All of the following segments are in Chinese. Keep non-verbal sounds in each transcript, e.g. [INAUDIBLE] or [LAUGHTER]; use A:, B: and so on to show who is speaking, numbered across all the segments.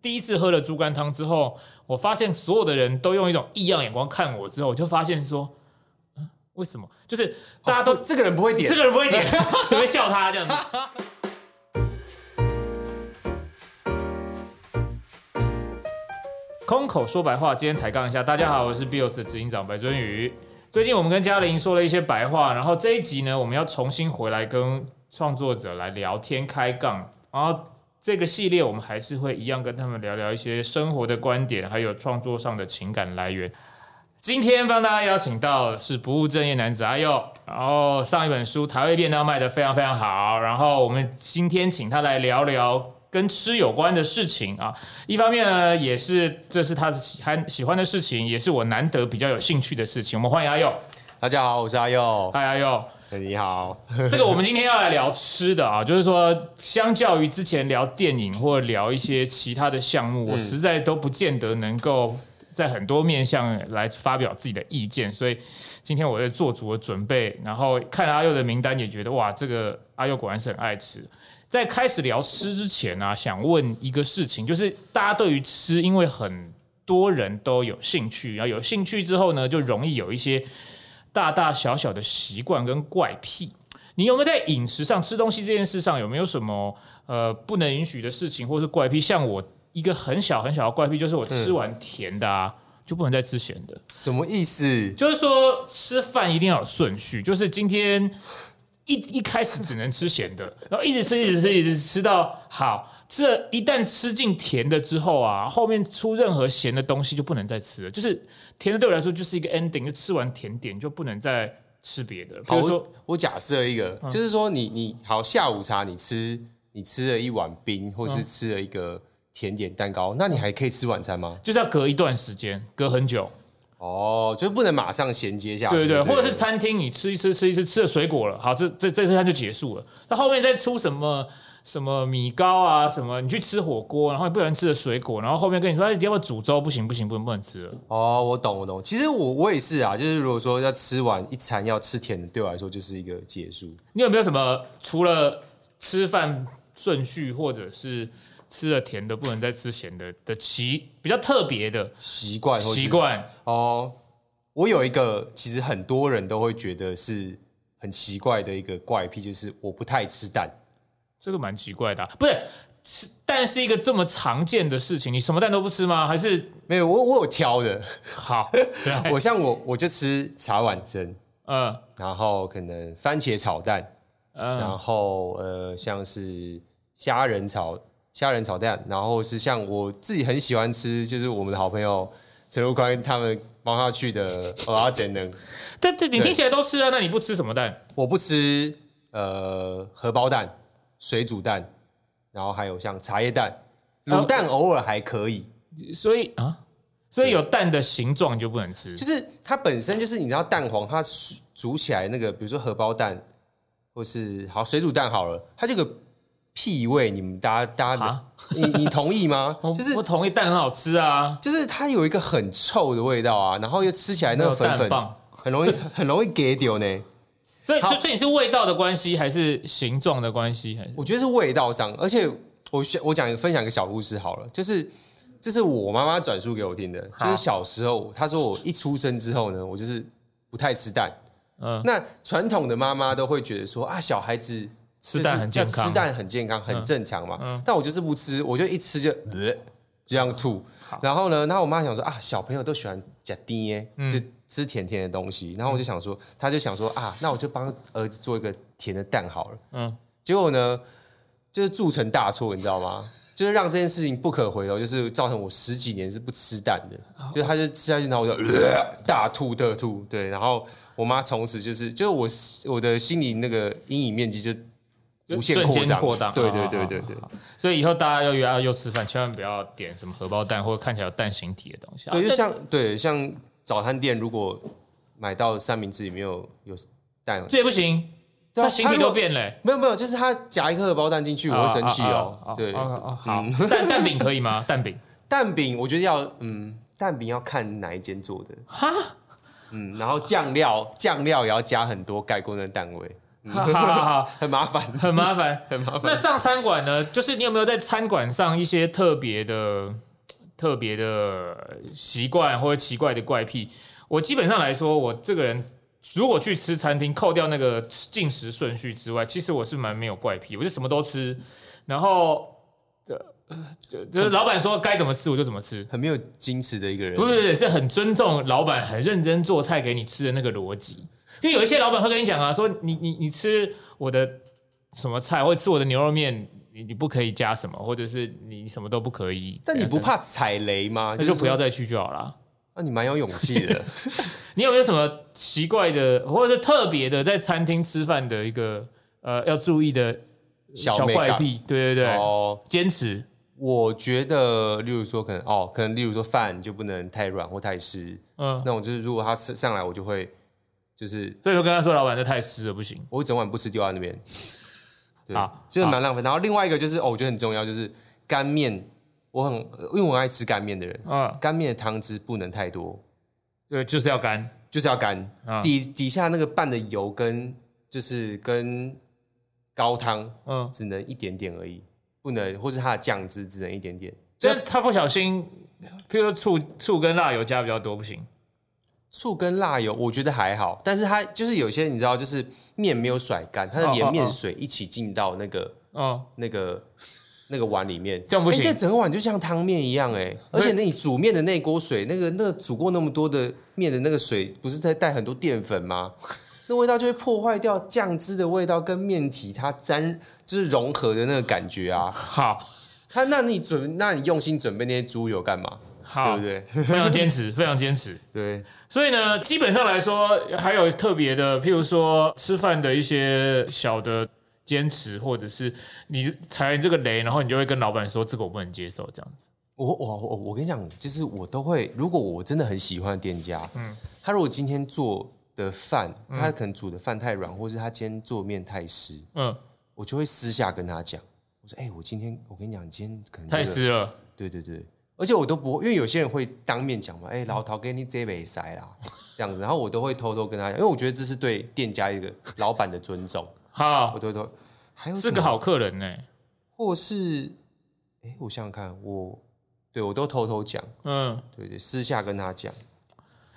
A: 第一次喝了猪肝汤之后，我发现所有的人都用一种异样眼光看我，之后我就发现说，嗯为什么？就是大家都、
B: 这个人哦不会点
A: 这，个人不会
B: [LAUGHS]
A: 点，只会笑他这样子。空口说白话，今天抬杠一下。大家好，我是 Bios 的执行长白尊宇。最近我们跟嘉玲说了一些白话，然后这一集呢，我们要重新回来跟创作者来聊天开杠。然后这个系列我们还是会一样跟他们聊聊一些生活的观点，还有创作上的情感来源。今天帮大家邀请到的是不务正业男子阿佑，然后上一本书《台味便当》卖的非常非常好，然后我们今天请他来聊聊跟吃有关的事情啊。一方面呢，也是这是他喜欢喜欢的事情，也是我难得比较有兴趣的事情。我们欢迎阿佑，
B: 大家好，我是阿佑，
A: 嗨阿佑，
B: 你好，
A: 这个我们今天要来聊吃的啊，就是说，相较于之前聊电影或聊一些其他的项目，我实在都不见得能够在很多面向来发表自己的意见，所以今天我在做足了准备，然后看了阿佑的名单，也觉得哇，这个阿佑果然是很爱吃。在开始聊吃之前呢、啊，想问一个事情，就是大家对于吃，因为很多人都有兴趣，然后有兴趣之后呢，就容易有一些大大小小的习惯跟怪癖。你有没有在饮食上吃东西这件事上有没有什么呃不能允许的事情，或是怪癖？像我一个很小很小的怪癖，就是我
B: 嗯
A: 吃完甜的啊，就不能再吃咸的。
B: 什么意思？
A: 就是说吃饭一定要有顺序，就是今天一一开始只能吃咸的，然后一直吃一直吃一直吃到好。这一旦吃进甜的之后啊，后面出任何咸的东西就不能再吃了。就是甜的对我来说就是一个 ending，就吃完甜点就不能再吃别的了。比
B: 好，
A: 如说嗯
B: 我我假设一个，就是说你你好下午茶，你吃你吃了一碗冰，或是吃了一个甜点蛋
A: 嗯
B: 糕，那你还可以吃晚餐吗？
A: 就是要隔一段时间，隔很久。
B: 哦，就是不能马上衔接下去，
A: 对对对，
B: 不
A: 或者是餐厅你吃一吃吃一吃吃了水果了，好，这这这次它就结束了。那后面再出什么什么米糕啊，什么你去吃火锅，然后你不小心吃了水果，然后后面跟你说，哎，你要不要煮粥？不行不行，不能不能吃了。
B: 哦，我懂我懂。其实我我也是啊，就是如果说要吃完一餐要吃甜的，对我来说就是一个结束。
A: 你有没有什么除了吃饭顺序，或者是吃了甜的不能再吃咸的的奇比较特别的
B: 习惯或是
A: 习惯？
B: 哦，我有一个，其实很多人都会觉得是很奇怪的一个怪癖，就是我不太吃蛋。
A: 这个蛮奇怪的啊、不是吃蛋是一个这么常见的事情，你什么蛋都不吃吗？还是 [LAUGHS]
B: 没有，我我有挑的，
A: 嗯好？
B: [LAUGHS] 我像我我就吃茶碗蒸，
A: 嗯
B: 然后可能番茄炒蛋，
A: 嗯
B: 然后呃像是虾仁炒虾仁炒蛋，然后是像我自己很喜欢吃，就是我们的好朋友陈如宽他们帮他去的蚵仔煎呢，
A: 但这你
B: 对
A: 听起来都吃啊，那你不吃什么蛋？
B: 我不吃呃荷包蛋、水煮蛋，然后还有像茶叶蛋、卤蛋，偶尔还可以。
A: 所以啊，所以有蛋的形状你就不能吃
B: 就。是它本身就是你知道蛋黄，它煮煮起来那个，比如说荷包蛋，或是好水煮蛋好了，它这个屁味，你们大家大家、
A: 啊
B: 你你同意吗？
A: [LAUGHS] 我
B: 就是
A: 我同意蛋很好吃啊，
B: 就是它有一个很臭的味道啊，然后又吃起来
A: 没
B: 那个
A: 有
B: 粉
A: 蛋
B: 粉，
A: 棒。
B: 很容易很容易给丢呢。
A: 所以
B: 好
A: 所以所以你是味道的关系，还是形状的关系，还是
B: 我觉得是味道上，而且我想我讲一个分享一个小故事好了，就是这是我妈妈转述给我听的，
A: 好
B: 就是小时候她说我一出生之后呢，我就是不太吃蛋。
A: 嗯
B: 那传统的妈妈都会觉得说啊，小孩子
A: 吃蛋很健康嗯
B: 就是要吃蛋很健康，很正常嘛。但我就是不吃，我就一吃就、呃、就这样吐。然后呢，然后我妈想说啊，小朋友都喜欢吃甜耶，
A: 嗯
B: 就吃甜甜的东西。然后我就想说，她就想说啊，那我就帮儿子做一个甜的蛋好了。
A: 嗯，
B: 结果呢，就是铸成大错，你知道吗？就是让这件事情不可回头，就是造成我十几年是不吃蛋的，
A: 哦
B: 就是他就吃下去，然后我就、呃大吐特吐，对，然后我妈从此就是，就是我 s- 我的心理那个阴影面积就
A: 就
B: 无限
A: 瞬
B: 扩
A: 间
B: 张，
A: 扩大。哦
B: 对
A: 好
B: 对
A: 好
B: 对
A: 好
B: 对
A: 好
B: 对
A: 好所以以后大家要约啊又吃饭，千万不要点什么荷包蛋或者看起来有蛋形体的东西。啊
B: 对，就像对像早餐店如果买到三明治里面有有蛋，哦
A: 这也不行，
B: 对啊
A: 它形体
B: 它如
A: 都
B: 果
A: 变了。
B: 没有没有，就是他夹一颗荷包蛋进去，我会生气
A: 啊啊啊
B: 哦，对，
A: 啊啊啊
B: [LAUGHS]
A: 好，蛋蛋饼可以吗？蛋饼
B: 蛋饼我觉得要嗯，蛋饼要看哪一间做的。
A: 哈。
B: 嗯，然后酱料酱料也要加很多，盖过那个蛋味。
A: [LAUGHS] 哈哈哈哈，
B: 很麻烦。
A: 很麻烦，
B: 很麻烦
A: 那上餐馆呢？就是你有没有在餐馆上一些特别的、特别的习惯或者奇怪的怪癖？我基本上来说，我这个人如果去吃餐厅，扣掉那个进食顺序之外，其实我是蛮没有怪癖，我就什么都吃。然后，呃，就是
B: 嗯
A: 老板说该怎么吃我就怎么吃，
B: 很没有矜持的一个人。
A: 不是不是，是很尊重老板，很认真做菜给你吃的那个逻辑。因为有一些老板会跟你讲啊，说你你你吃我的什么菜，或者吃我的牛肉面，你你不可以加什么，或者是你什么都不可以。
B: 但你
A: 怎
B: 不
A: 样，
B: 怕踩雷吗？
A: 那就不要
B: 是
A: 再去就好了。
B: 说。那你蛮有勇气
A: [LAUGHS]
B: 的。
A: 你有没有什么奇怪的，或者是特别的，在餐厅吃饭的一个呃要注意的
B: 小美
A: 怪
B: 感
A: 癖？对对对，
B: 哦，
A: 坚持
B: 我觉得，例如说，可能哦，可能例如说饭就不能太软或太湿。
A: 嗯，
B: 那我就是，如果他吃上来，我就会就是
A: 所以就跟他说，老板这太湿了，不行。
B: 我整碗不吃丢在
A: [LAUGHS]
B: 那边。对
A: 好，
B: 真的蛮浪费。然后另外一个就是，哦，我觉得很重要，就是干面，我很因为我很爱吃干面的人，
A: 嗯，
B: 干面的汤汁不能太多，
A: 对，呃就是要干。
B: 就是要干。
A: 嗯
B: 底底下那个拌的油跟就是跟高汤
A: 嗯，
B: 只能一点点而已，不能，或是它的酱汁只能一点点。
A: 就是他不小心，譬如说醋醋跟辣油加比较多，不行。
B: 醋跟辣油我觉得还好，但是它就是有些你知道，就是面没有甩干，它是
A: 哦哦
B: 连
A: 哦
B: 面水一起进到那个
A: 哦，
B: 那个那个碗里面，
A: 这样不行
B: 哎那整碗就像汤面一样哎、而且那你煮面的那锅水，那个那个煮过那么多的面的那个水，不是在带很多淀粉吗？那味道就会破坏掉酱汁的味道跟面体它沾就是融合的那个感觉啊。
A: 好，
B: 它那你准，那你用心准备那些猪油干嘛？对
A: 好，
B: 不对？ [LAUGHS]
A: 非常坚持，非常坚持。
B: 对，
A: 所以呢，基本上来说，还有特别的，譬如说吃饭的一些小的坚持，或者是你踩这个雷，然后你就会跟老板说这个我不能接受，这样子。
B: 我我我我跟你讲，就是我都会，如果我真的很喜欢的店家，嗯，他如果今天做的饭，他可能煮的饭太软，或是他今天做面太湿，
A: 嗯，
B: 我就会私下跟他讲，我说：“哎、我今天我跟你讲，今天可能、这
A: 太
B: 个、
A: 湿了，
B: 对对对，而且我都不会，因为有些人会当面讲嘛，哎、老陶给你这杯塞啦，这样子，然后我都会偷偷跟他讲，因为我觉得这是对店家一个老板的尊重，我
A: [LAUGHS] 好，
B: 偷偷还有
A: 是
B: 什
A: 个
B: 么，
A: 好客人呢、
B: 或是哎、我想想看，我对我都偷偷讲，
A: 嗯，
B: 对对，私下跟他讲，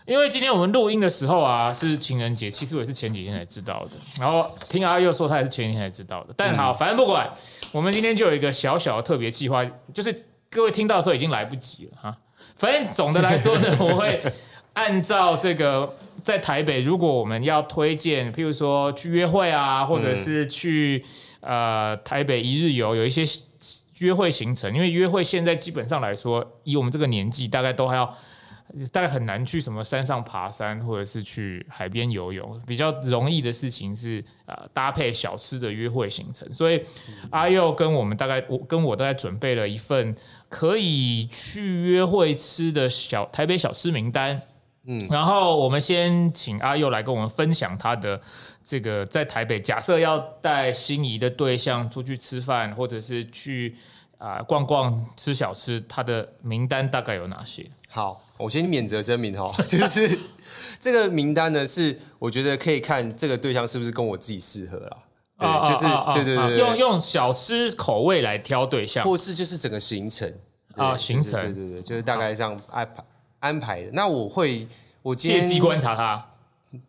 A: 因为今天我们录音的时候啊，是情人节，其实我也是前几天才知道的。然后听阿佑说，他也是前几天才知道的。但好，反正不管，我们今天就有一个小小的特别计划，就是各位听到的时候已经来不及了哈。反正总的来说呢，我会按照这个在台北，如果我们要推荐，譬如说去约会啊，或者是去、呃台北一日游，有一些约会行程，因为约会现在基本上来说，以我们这个年纪，大概都还要。大概很难去什么山上爬山，或者是去海边游泳。比较容易的事情是，呃，搭配小吃的约会行程。所以阿佑跟我们大概，我跟我大概准备了一份可以去约会吃的小台北小吃名单。嗯，然后我们先请阿佑来跟我们分享他的这个在台北，假设要带心仪的对象出去吃饭，或者是去啊、逛逛吃小吃，他的名单大概有哪些？
B: 好，我先免责声明哈， [LAUGHS] 就是这个名单呢，是我觉得可以看这个对象是不是跟我自己适合啦。对，
A: 啊
B: 就是、
A: 啊啊啊
B: 对对对
A: 啊
B: 对，
A: 用用小吃口味来挑对象
B: 或是就是整个行程
A: 啊
B: 对
A: 行程
B: 对对对对，就是大概这样安排安排的。那我会，我今
A: 借
B: 天
A: 机观察他。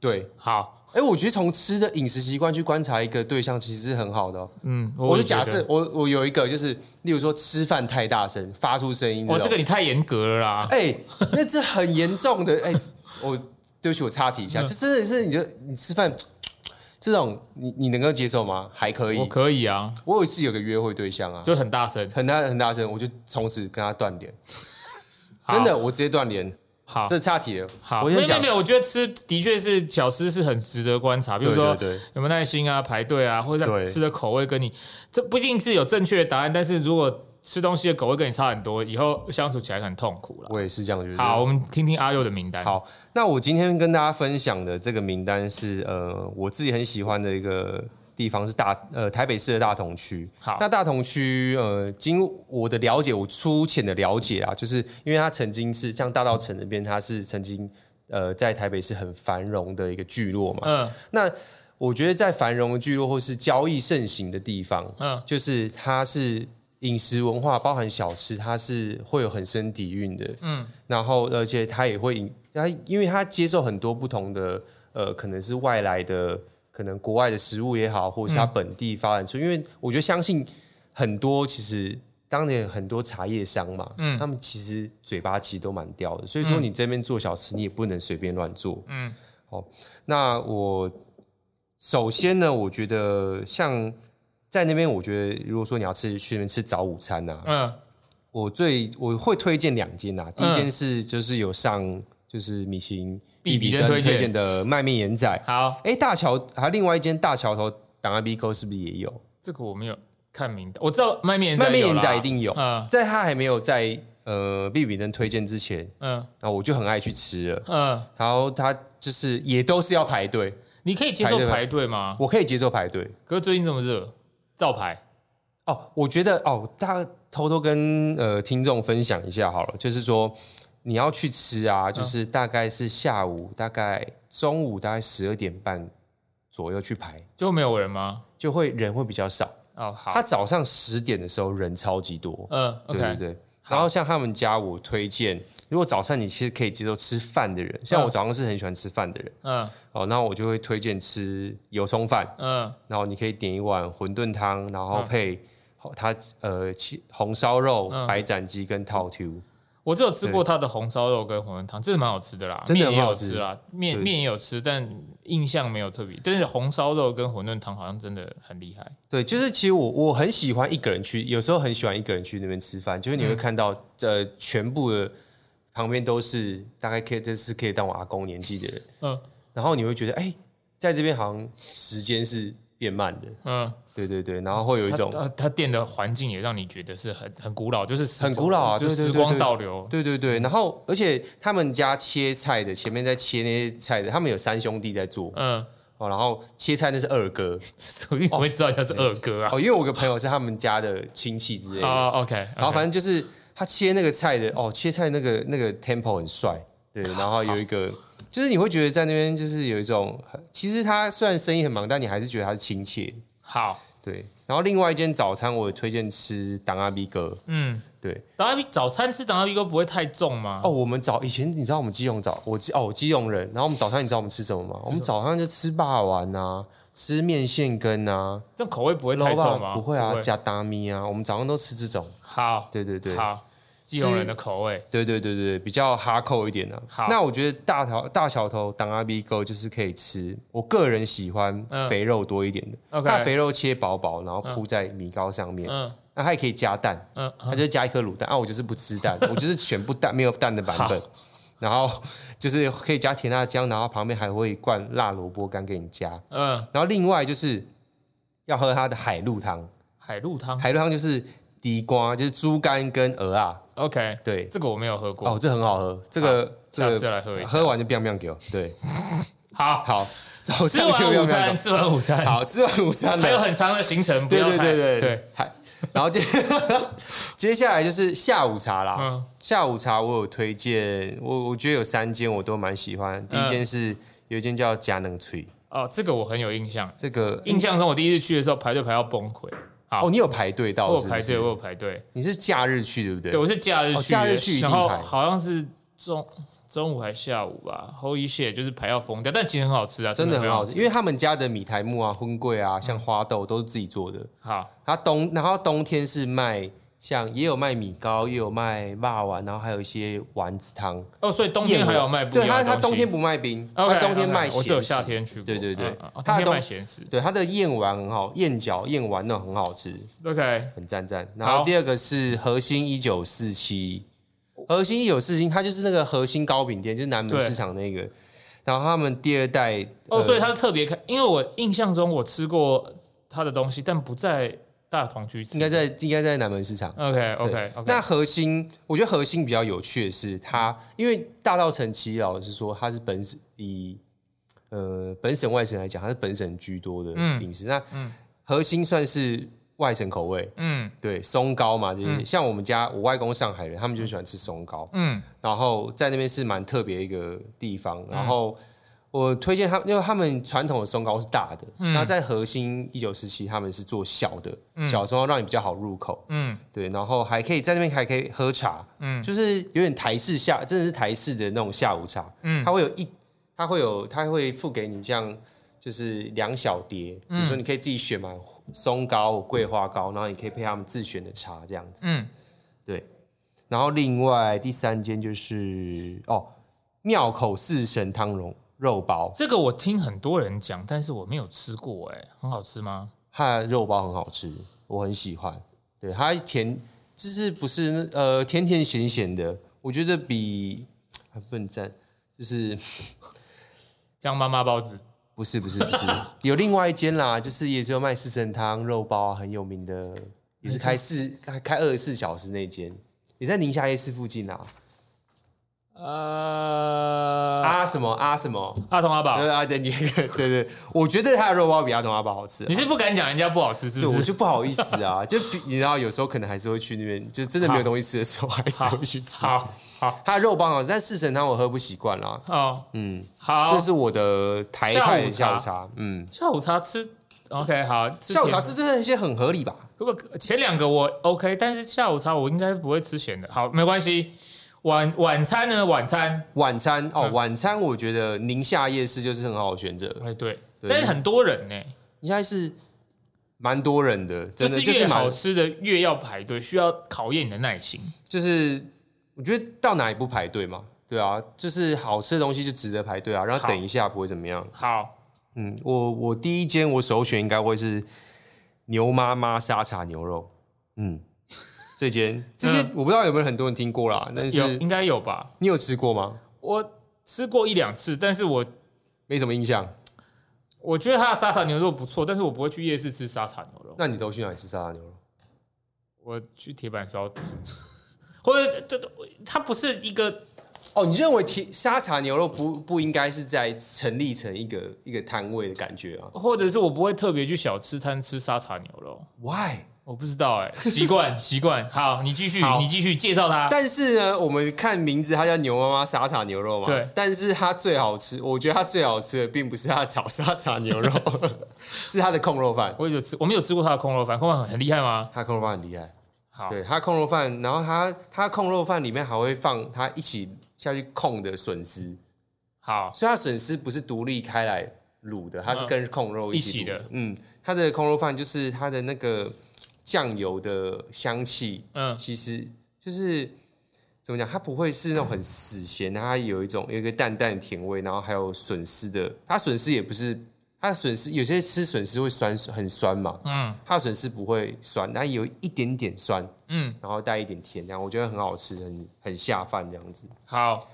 B: 对，
A: 好，
B: 哎，我觉得从吃的饮食习惯去观察一个对象，其实是很好的哦、
A: 嗯，
B: 我
A: 也
B: 就假
A: 觉
B: 设
A: 得，
B: 我我有一个就是，例如说吃饭太大声，发出声音
A: 我
B: 种。
A: 这个你太严格了啦。
B: 哎、那这很严重的。哎、我对不起，我插题一
A: 嗯
B: 下，这真的是你就你吃饭这种，你你能够接受吗？还可以。
A: 我
B: 我
A: 可以啊，
B: 有一次有个约会对象啊，
A: 就很大声。
B: 很大很大声，我就从此跟他断联，
A: 好
B: 真的，我直接断联。
A: 好，
B: 这插题了，
A: 好，
B: 我
A: 没有
B: 先
A: 没有
B: 讲
A: 没。有，我觉得吃的确是小吃是很值得观察，比如
B: 对
A: 说
B: 对对
A: 有没有耐心啊、排队啊，或者
B: 对
A: 吃的口味跟你，这不一定是有正确的答案，但是如果吃东西的口味跟你差很多，以后相处起来很痛苦了。
B: 我也是这样觉得。
A: 好，我们听听阿佑的名单。
B: 好，那我今天跟大家分享的这个名单是呃，我自己很喜欢的一个地方是大呃台北市的大同区。
A: 好
B: 那大同区呃，经我的了解，我粗浅的了解啊，就是因为它曾经是像大道城那边，它是曾经呃在台北市很繁荣的一个聚落嘛。
A: 嗯，
B: 那我觉得在繁荣的聚落或是交易盛行的地方，
A: 嗯
B: 就是它是饮食文化包含小吃，它是会有很深底蕴的。
A: 嗯，
B: 然后而且它也会引它，因为它接受很多不同的呃，可能是外来的，可能国外的食物也好，或者是它本地发
A: 嗯
B: 展出。因为我觉得相信很多其实。当年很多茶叶商嘛，
A: 嗯
B: 他们其实嘴巴其实都蛮刁的，所以说你这边做小吃，你也不能随便乱做，
A: 嗯
B: 那我首先呢，我觉得像在那边，我觉得如果说你要吃去那边吃早午餐呐、啊，
A: 嗯
B: 我最我会推荐两间呐、啊。第一间是就是有上就是米其林
A: 必嗯比登
B: 登
A: 推荐
B: 推荐的麦面盐仔，
A: 好，
B: 哎，大桥还有另外一间大桥头档案 B 沟是不是也有？
A: 这个我没有看名单，我知道卖面
B: 麦面
A: 有
B: 盐
A: 啦
B: 仔一定有，
A: 嗯
B: 在他还没有在呃必比登推荐之前，
A: 嗯
B: 然后我就很爱去吃了。
A: 嗯，
B: 然后他就是也都是要排队，
A: 你可以接受
B: 排队吗
A: 排队吗？
B: 我可以接受排队。
A: 可是最近这么热，照排。
B: 哦，我觉得哦，大家偷偷跟呃听众分享一下好了，就是说你要去吃
A: 嗯
B: 啊，就是大概是下午，大概中午大概十二点半左右去排，
A: 就没有人吗？
B: 就会人会比较少。
A: 哦，好，
B: 他早上十点的时候人超级多，
A: 嗯
B: 对对
A: ，OK，
B: 对。然后像他们家，我推荐，如果早上你其实可以接受吃饭的人，像我早上是很喜欢吃饭的人，
A: 嗯
B: 哦，那我就会推荐吃油葱饭，
A: 嗯
B: 然后你可以点一碗馄饨汤，然后
A: 嗯
B: 配红它呃其红烧肉、
A: 嗯
B: 白斩鸡跟套 Q。
A: 我只有吃过他的红烧肉跟馄饨汤，真的蛮好吃的啦，
B: 真的
A: 面
B: 很
A: 也
B: 好
A: 有
B: 吃
A: 吃啦，面
B: 对
A: 面也有吃，但印象没有特别。但是红烧肉跟馄饨汤好像真的很厉害。
B: 对，就是其实我我很喜欢一个人去，有时候很喜欢一个人去那边吃饭，就是你会看到、呃全部的旁边都是大概可以这是可以当我阿公年纪的人，
A: 嗯
B: 然后你会觉得哎、在这边好像时间是变慢的，
A: 嗯，
B: 对对对，然后会有一
A: 他
B: 种
A: 他他店的环境也让你觉得是很很古老，就是时
B: 很古老啊
A: 就
B: 对对
A: 是
B: 对
A: 时光倒流。
B: 对对对，然后而且他们家切菜的前面在切那些菜的，他们有三兄弟在做
A: 嗯， [LAUGHS]
B: 哦，然后切菜那是二哥，
A: 所以我会知道他是二哥啊。
B: 哦，因为我有个朋友是他们家的亲戚之类的，
A: 哦 o k
B: 然后反正就是他切那个菜的，哦，切菜那个那个 tempo 很帅，对，然后有一个就是你会觉得在那边就是有一种，其实他虽然生意很忙，但你还是觉得他是亲切，
A: 好，
B: 对。然后另外一间早餐我也推荐吃党阿 B 哥，
A: 嗯，
B: 对，
A: 达拉比早餐吃达拉比哥不会太重吗？
B: 哦，我们早以前你知道我们基隆早，我基哦我基隆人，然后我们早餐你知道我们吃什么吗？我们早上就吃霸丸啊，吃面线羹啊，
A: 这样口味不会太
B: 捞
A: 重吗？
B: 不会啊，加达咪啊，我们早上都吃这种，
A: 好，
B: 对对对。
A: 好，基隆人的口味。
B: 对对对对，比较哈扣一点的、
A: 好
B: 那我觉得大条大小头当阿 B 哥就是可以吃，我个人喜欢
A: 嗯
B: 肥肉多一点的，
A: OK
B: 它肥肉切薄薄，然后铺在米糕上面，
A: 嗯
B: 那它也可以加蛋，
A: 嗯，
B: 它就加一颗卤蛋啊，我就是不
A: [LAUGHS]
B: 吃蛋，我就是全部蛋没有蛋的版本。然后就是可以加甜辣酱，然后旁边还会一罐辣萝卜干给你加。
A: 嗯，
B: 然后另外就是要喝它的海陆汤，
A: 海陆汤
B: 海陆汤就是地瓜，就是猪肝跟鹅啊，
A: ，OK，
B: 对，
A: 这个我没有喝
B: 哦
A: 过，，
B: 这很好喝，这个
A: 下
B: 这
A: 次
B: 个
A: 来喝一下。
B: 喝完就 biang biang 给我。对，
A: 好，
B: 好，早
A: 吃
B: 上就
A: 完
B: biang
A: 午
B: biang
A: 餐，
B: 给
A: 吃完午
B: 我
A: 餐，
B: 好，吃完午餐
A: 还有
B: 了。
A: 很长的行程，不
B: 对
A: 要
B: 对
A: 太
B: 对
A: 对，
B: 对，还然后接 [LAUGHS] 接下来就是下午茶啦。
A: 嗯
B: 下午茶我有推荐，我我觉得有三间我都蛮喜欢。
A: 嗯
B: 第一间是有一间叫佳能脆，
A: 哦，这个我很有印象，
B: 这个
A: 印象中我第一次去的时候排队排到崩溃，好
B: 哦，你有排队到
A: 我有
B: 是不
A: 排队，
B: 是？
A: 我有排队，
B: 你是假日去对不对
A: 对？我是假日
B: 哦
A: 去，
B: 假日去一定
A: 然后
B: 排
A: 好像是中中午还下午吧，Holy shit，就是排到疯掉，但其实很好吃啊，
B: 真的很好
A: 吃，嗯
B: 吃，因为他们家的米苔木啊、荤桂啊、像花豆都是自己做的。
A: 好，
B: 它冬，然后冬天是卖像也有卖米糕，也有卖霸丸，然后还有一些丸子汤。
A: 哦，所以冬天还有卖不一
B: 对，
A: 样
B: 它
A: 的
B: 它冬
A: 东西
B: 天。不卖冰，它
A: OK，
B: 冬天卖
A: OK，我只有
B: 咸
A: 夏
B: 食。
A: 天去过，
B: 对对对
A: 嗯嗯哦冬
B: 它的
A: 天
B: 冬
A: 卖咸食。
B: 对，它的燕丸很好，燕饺、燕丸那很好吃，
A: OK，
B: 很赞赞。然后第二个是核心一九四七，核心一九四七，它就是那个核心糕饼店，就是南门
A: 对
B: 市场那个。然后他们第二代
A: 哦，
B: 呃
A: 所以他特别开，因为我印象中我吃过他的东西，但不在大同区吃，
B: 应该在应该在南门市场。
A: OK
B: 对
A: OK OK。
B: 那核心，我觉得核心比较有趣的是它，因为大道城其实老实说，它是本省以呃本省外省来讲，它是本省居多的
A: 嗯
B: 饮食。那
A: 嗯
B: 核心算是外省口味，
A: 嗯
B: 对松糕嘛这些。
A: 嗯
B: 像我们家我外公上海人，他们就喜欢吃松糕，
A: 嗯
B: 然后在那边是蛮特别一个地方。然后、我推荐他们，因为他们传统的松糕是大的，
A: 嗯
B: 那、在核心一九时期他们是做小的，小松糕让你比较好入口。
A: 嗯
B: 对，然后还可以在那边还可以喝茶，
A: 嗯
B: 就是有点台式下，真的是台式的那种下午茶。
A: 嗯
B: 它会有一，它会有，它会付给你这样，就是两小碟，比
A: 嗯
B: 如说你可以自己选嘛，松糕或桂花糕，然后你可以配他们自选的茶这样子。
A: 嗯，
B: 对，然后另外第三间就是哦，庙口四神汤肉肉包，
A: 这个我听很多人讲，但是我没有吃过、哎，很好吃吗？
B: 它的肉包很好吃，我很喜欢。对，它甜就是不是呃甜甜咸咸的，我觉得比很笨赞，就是
A: 像妈妈包子，
B: 不是不是不是有另外一间啦，就是也是有卖四神汤肉包、啊，很有名的，也是开四开开二十四小时那间，也在宁夏夜市附近啊。
A: 呃，
B: 啊什么啊什么？
A: 阿童阿宝，
B: 对啊，对你对 [LAUGHS] 对，我觉得它的肉包比阿童阿爸
A: [LAUGHS]
B: 好吃啊、
A: 你是不敢讲人家不好吃，是
B: 对，
A: 不
B: 我
A: 是？
B: 就不好意
A: [LAUGHS]
B: 思啊，就比你知道，有时候可能还是会去那边，就真的没有东西吃的时候，还是会去吃。
A: 好好
B: 它的肉棒啊，但四神汤我喝不习惯啦。
A: 哦，
B: 嗯，
A: 好
B: 这，是我的台派的下午茶。嗯，
A: 下午茶吃，OK，好，吃
B: 下午茶
A: 甜
B: 是真的一些很合理吧？
A: 不不，前两个我 OK，但是下午茶我应该不会吃咸的。好，没关系。晚晚餐呢？晚餐，
B: 晚餐哦，
A: 嗯
B: 晚餐我觉得宁夏夜市就是很好的选择。
A: 哎对，
B: 对
A: 但是很多人呢、
B: 宁夏夜市蛮多人的，真的
A: 就
B: 就是
A: 越
B: 是
A: 好
B: 蛮
A: 吃的越要排队，需要考验你的耐心。
B: 就是我觉得到哪里不排队嘛。对啊，就是好吃的东西就值得排队啊，然后
A: 好
B: 等一下不会怎么样。
A: 好，
B: 嗯，我我第一间我首选应该会是牛妈妈沙茶牛肉，嗯，这 [LAUGHS] 间这间我不知道有没有很多人听过啦，但
A: 有
B: 是
A: 应该有吧？
B: 你有吃过吗？
A: 我吃过一两次，但是我
B: 没什么印象。
A: 我觉得它的沙茶牛肉不错，但是我不会去夜市吃沙茶牛肉，
B: 那你都去哪里吃沙茶牛肉？
A: 我去铁板烧吃， [LAUGHS] 或者这这它不是一个
B: 哦，你认为提沙茶牛肉不不应该是在成立成一个一个摊位的感觉啊
A: 或者是我不会特别去小吃摊吃沙茶牛肉，
B: ？Why？
A: 我不知道哎、习惯 [LAUGHS] 习惯。好，你继续，
B: 好
A: 你继续介绍它。
B: 啊但是呢，我们看名字，它叫牛妈妈沙茶牛肉嘛。
A: 对
B: 但是它最好吃，我觉得它最好吃的并不是它的炒沙茶牛肉， [LAUGHS] 是它的控肉饭。
A: 我有吃，我们有吃过它的空肉饭，空肉饭很很厉害吗？
B: 它控肉饭很厉害。
A: 好，
B: 对，它控肉饭，然后它它控肉饭里面还会放它一起下去控的笋丝，
A: 好，
B: 所以它笋丝不是独立开来卤的，它是跟控肉一
A: 嗯
B: 起
A: 一起
B: 卤
A: 的。
B: 嗯，它的控肉饭就是它的那个酱油的香气，
A: 嗯
B: 其实就是怎么讲，它不会是那种很死咸，它有一种有一个淡淡的甜味，然后还有笋丝的，它笋丝也不是。它的笋丝有些吃笋丝会酸，很酸嘛。
A: 嗯
B: 它的笋丝不会酸，但有一点点酸。
A: 嗯，
B: 然后带一点甜，这样我觉得很好吃，很很下饭这样子。
A: 好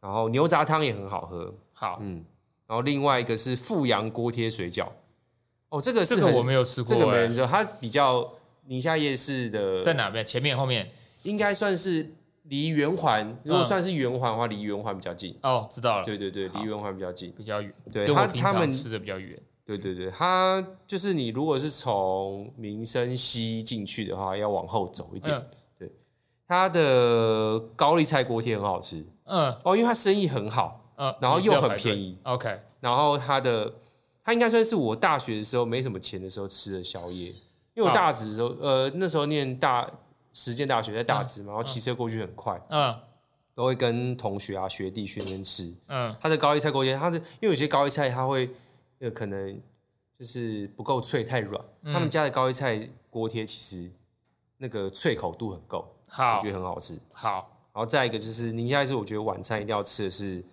B: 然后牛杂汤也很好喝，
A: 好，
B: 嗯。然后另外一个是富阳锅贴水饺，哦，这个是
A: 这个
B: 很
A: 我没有吃过、
B: 这
A: 欸，
B: 个没人知道，它比较宁夏夜市的，
A: 在哪边？前面后面？
B: 应该算是离圆环，如果算是圆环的话，离圆环比较近。
A: 哦，知道了，
B: 对对对，
A: 嗯好
B: 离圆环比较近。
A: 比较远，
B: 对
A: 跟
B: 他
A: 我平
B: 他们
A: 常，吃的比较远。
B: 对对对，它就是你如果是从民生西进去的话，要往后走一点。
A: 嗯
B: 它的高丽菜锅贴很好吃，
A: 嗯
B: 哦，因为它生意很好，
A: 嗯，
B: 然后
A: 也是要
B: 又很
A: 排队
B: 便宜。
A: OK，
B: 然后它的它应该算是我大学的时候没什么钱的时候吃的宵夜，因为我
A: 啊
B: 大职的时候，呃，那时候念大实践大学在大职嘛，然后骑车过去很快，
A: 嗯
B: 都会跟同学啊学弟学生吃。
A: 嗯
B: 它的高丽菜锅贴，它的因为有些高丽菜它会呃可能就是不够脆太软，他们家的高丽菜锅贴其实那个脆口度很够，我
A: 好
B: 觉得很好吃。
A: 好，
B: 然后再一个就是宁夏夜市，我觉得晚餐一定要吃的是，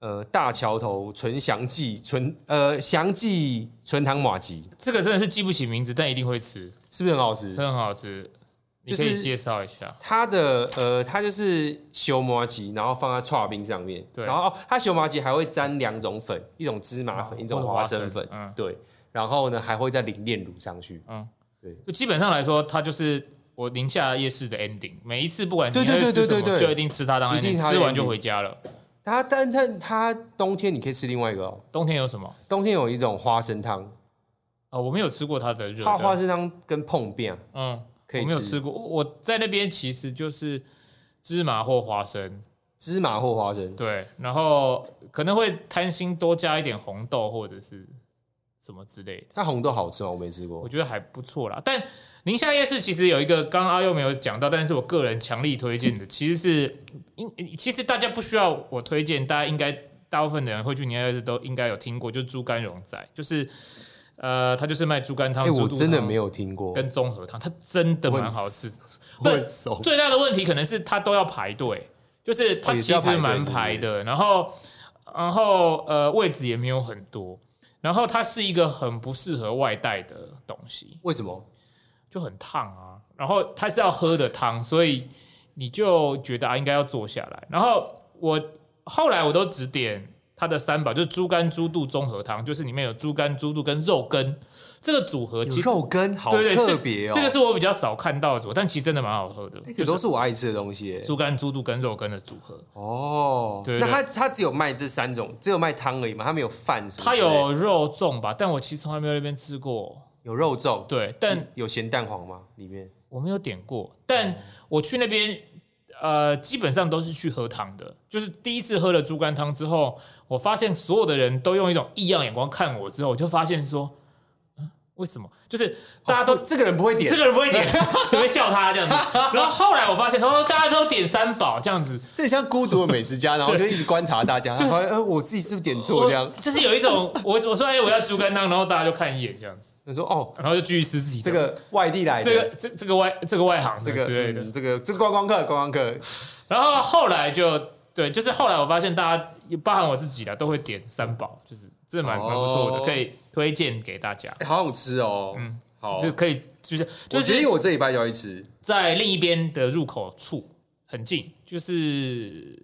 B: 呃，大桥头纯祥记纯呃祥记纯糖马吉，
A: 这个真的是记不起名字，但一定会吃，
B: 是不是很好吃
A: 真？的很好吃。你
B: 就
A: 可
B: 是
A: 以介绍一下，
B: 它的呃，它就是修麻吉，然后放在串冰上面。
A: 对
B: 然后、哦、它修麻吉还会沾两种粉，一种芝麻粉，一
A: 哦
B: 种
A: 或者
B: 花生粉。
A: 嗯，
B: 对，然后呢还会再淋炼乳上去。
A: 就基本上来说，它就是我宁夏夜市的 ending。每一次不管你
B: 对对
A: 要
B: 对
A: 吃什
B: 对
A: 么
B: 对对
A: 就一定吃它当
B: 一定
A: ending，
B: 它
A: 吃完
B: ending
A: 就回家了。
B: 它但它它冬天你可以吃另外一个、哦，
A: 冬天有什么？
B: 冬天有一种花生汤，
A: 哦，我没有吃过它的热
B: 它花
A: 的，
B: 生汤跟碰面
A: 嗯，
B: 可以
A: 我
B: 吃。
A: 没有吃过。我我在那边其实就是芝麻或花生，
B: 芝麻或花生，
A: 对，然后可能会贪心多加一点红豆或者是什么之类的，
B: 它红豆好吃吗？我没吃过
A: 我。觉得还不错啦。但宁夏夜市其实有一个刚刚阿佑没有讲到，但是我个人强力推荐的，其实是应其实大家不需要我推荐，大家应该大部分的人会去宁夏夜市都应该有听过，就是猪肝荣仔，就是呃，他就是卖猪肝汤、
B: 哎，我
A: 猪肚
B: 真的
A: 汤
B: 没有听过。
A: 跟综合汤，它真的蛮好吃。
B: 我
A: 不
B: 很熟，
A: 最大的问题可能是它都要排队，就是它
B: 哦也是
A: 其
B: 要
A: 实
B: 排队
A: 蛮
B: 是不是
A: 排的，然后然后呃位置也没有很多，然后它是一个很不适合外带的东西，
B: 为什么？
A: 就很烫啊。然后它是要喝的汤，所以你就觉得啊应该要坐下来。然后我后来我都只点它的三宝，就是猪肝猪肚综合汤，就是里面有猪肝猪肚跟肉羹这个组合，
B: 有
A: 其实
B: 肉羹好
A: 对对，
B: 特
A: 这
B: 别哦，哎
A: 这个是我比较少看到的组合，但其实真的蛮好喝的，
B: 这都是我爱吃的东西耶。
A: 猪肝、猪肚跟肉羹的组合。
B: 哦，
A: 对
B: 那
A: 对
B: 它它只有卖这三种，只有卖汤而已嘛，它没有饭什么
A: 它
B: 之类的。
A: 有肉粽吧，但我其实从来没有在那边吃过。
B: 有肉粽，
A: 对，但
B: 有咸蛋黄吗？里面
A: 我没有点
B: 哦
A: 过。但我去那边，呃，基本上都是去喝汤的。就是第一次喝了猪肝汤之后，我发现所有的人都用一种异样眼光看我，之后我就发现说，嗯，为什么？就是大家都
B: 这个人不会点
A: 这，个人不会点，只会笑他这样子。然后后来我发现，哦，大家都点三宝这样子，
B: 这像孤独的美
A: [LAUGHS]
B: 食家，然后就一直观察大家，好像呃我自己是不是点错这样
A: 我？就是有一种我我说哎、我要猪肝汤，然后大家就看一眼这样子，
B: 他说哦，
A: 然后就继续吃自己的
B: 这个外地来
A: 这个
B: 的，
A: 这这个外这个外行
B: 这
A: 这
B: 个
A: 个之类的。
B: 嗯这个这个观光客，观光客
A: 然后后来就对，就是后来我发现大家也包含我自己啦，都会点三宝，就是这蛮
B: 哦
A: 蛮不错的，可以推荐给大家。
B: 哎好想吃哦。嗯，好，
A: 就是可以，就是
B: 我
A: 就
B: 决定
A: 是
B: 我这礼拜就要去吃。
A: 在另一边的入口处很近，就是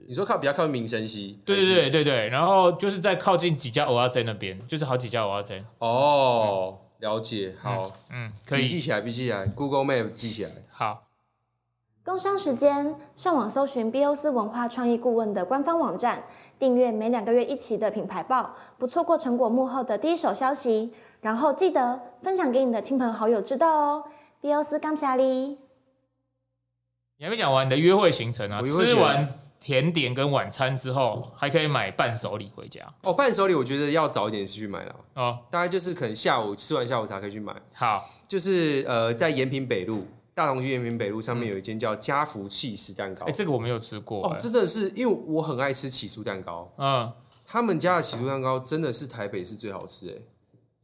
B: 你说靠比较靠民生西，
A: 对对对对对，然后就是在靠近几家偶阿在那边，就是好几家偶阿在，
B: 哦，了解，好，
A: 嗯，可
B: 笔记
A: 以，
B: 起来，笔记起来，Google Map 记起来。
A: 好。
C: 工商时间，上网搜寻 BOC 文化创意顾问的官方网站，订阅每两个月一期的品牌报，不错过成果幕后的第一手消息。然后记得分享给你的亲朋好友知道哦。BOC 刚下哩。
A: 你还没讲完你的约会行程啊！
B: 我约会
A: 吃
B: 行程
A: 完甜点跟晚餐之后，还可以买伴手礼回家
B: 哦，伴手礼我觉得要早一点去买了，
A: 哦。
B: 大概就是可能下午吃完下午茶可以去买，
A: 好，
B: 就是呃，在延平北路大同区延平北路上面有一间叫家福气士蛋糕
A: 嗯哎、，这个我没有吃过、
B: 哦，
A: 哎
B: 真的是因为我很爱吃起酥蛋糕，
A: 嗯，
B: 他们家的起酥蛋糕真的是台北是最好吃哎，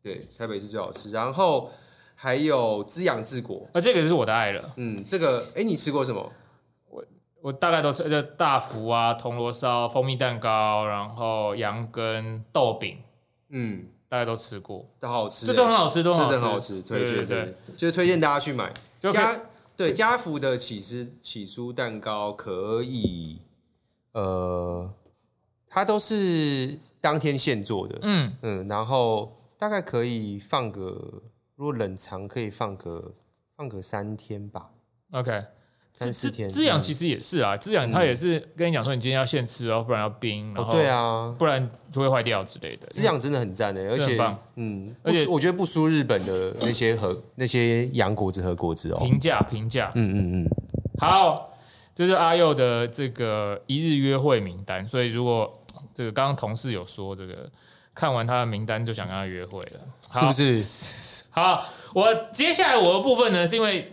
B: 对，台北是最好吃，然后还有滋养治国，
A: 那、这个是我的爱了。
B: 嗯，这个哎你吃过什么？
A: 我大概都吃这大福啊、铜锣烧、蜂蜜蛋糕，然后羊羹、豆饼，
B: 嗯，
A: 大概都吃过，
B: 都好好吃
A: 这
B: 欸，
A: 都很好吃，都
B: 真的
A: 很
B: 很好
A: 好
B: 吃，
A: 吃，
B: 推
A: 对
B: 荐
A: 对对
B: 对，，就是推荐大家去买
A: 就可以
B: 家对家福的起司起酥蛋糕可以，呃，它都是当天现做的，
A: 嗯，
B: 嗯，然后大概可以放个，如果冷藏可以放个放个三天吧，
A: OK，
B: 三
A: 滋
B: 四天
A: 滋养
B: 嗯
A: 其实也是啊，滋养它也是跟你讲说，你今天要现吃哦，不然要冰，然
B: 哦
A: 后、
B: 对，啊。
A: 不然就会坏掉之类的。
B: 滋养真的很赞欸诶，而
A: 很
B: 且
A: 棒
B: 嗯，
A: 而
B: 而
A: 且
B: 且我觉得不输日本的那些和那些洋果子和果子哦，
A: [LAUGHS] 评价评价，
B: 嗯嗯嗯，
A: 好，这是阿佑的这个一日约会名单。所以如果这个刚刚同事有说这个。看完他的名单就想跟他约会了，好
B: 是不是？
A: 好，我接下来我的部分呢，是因为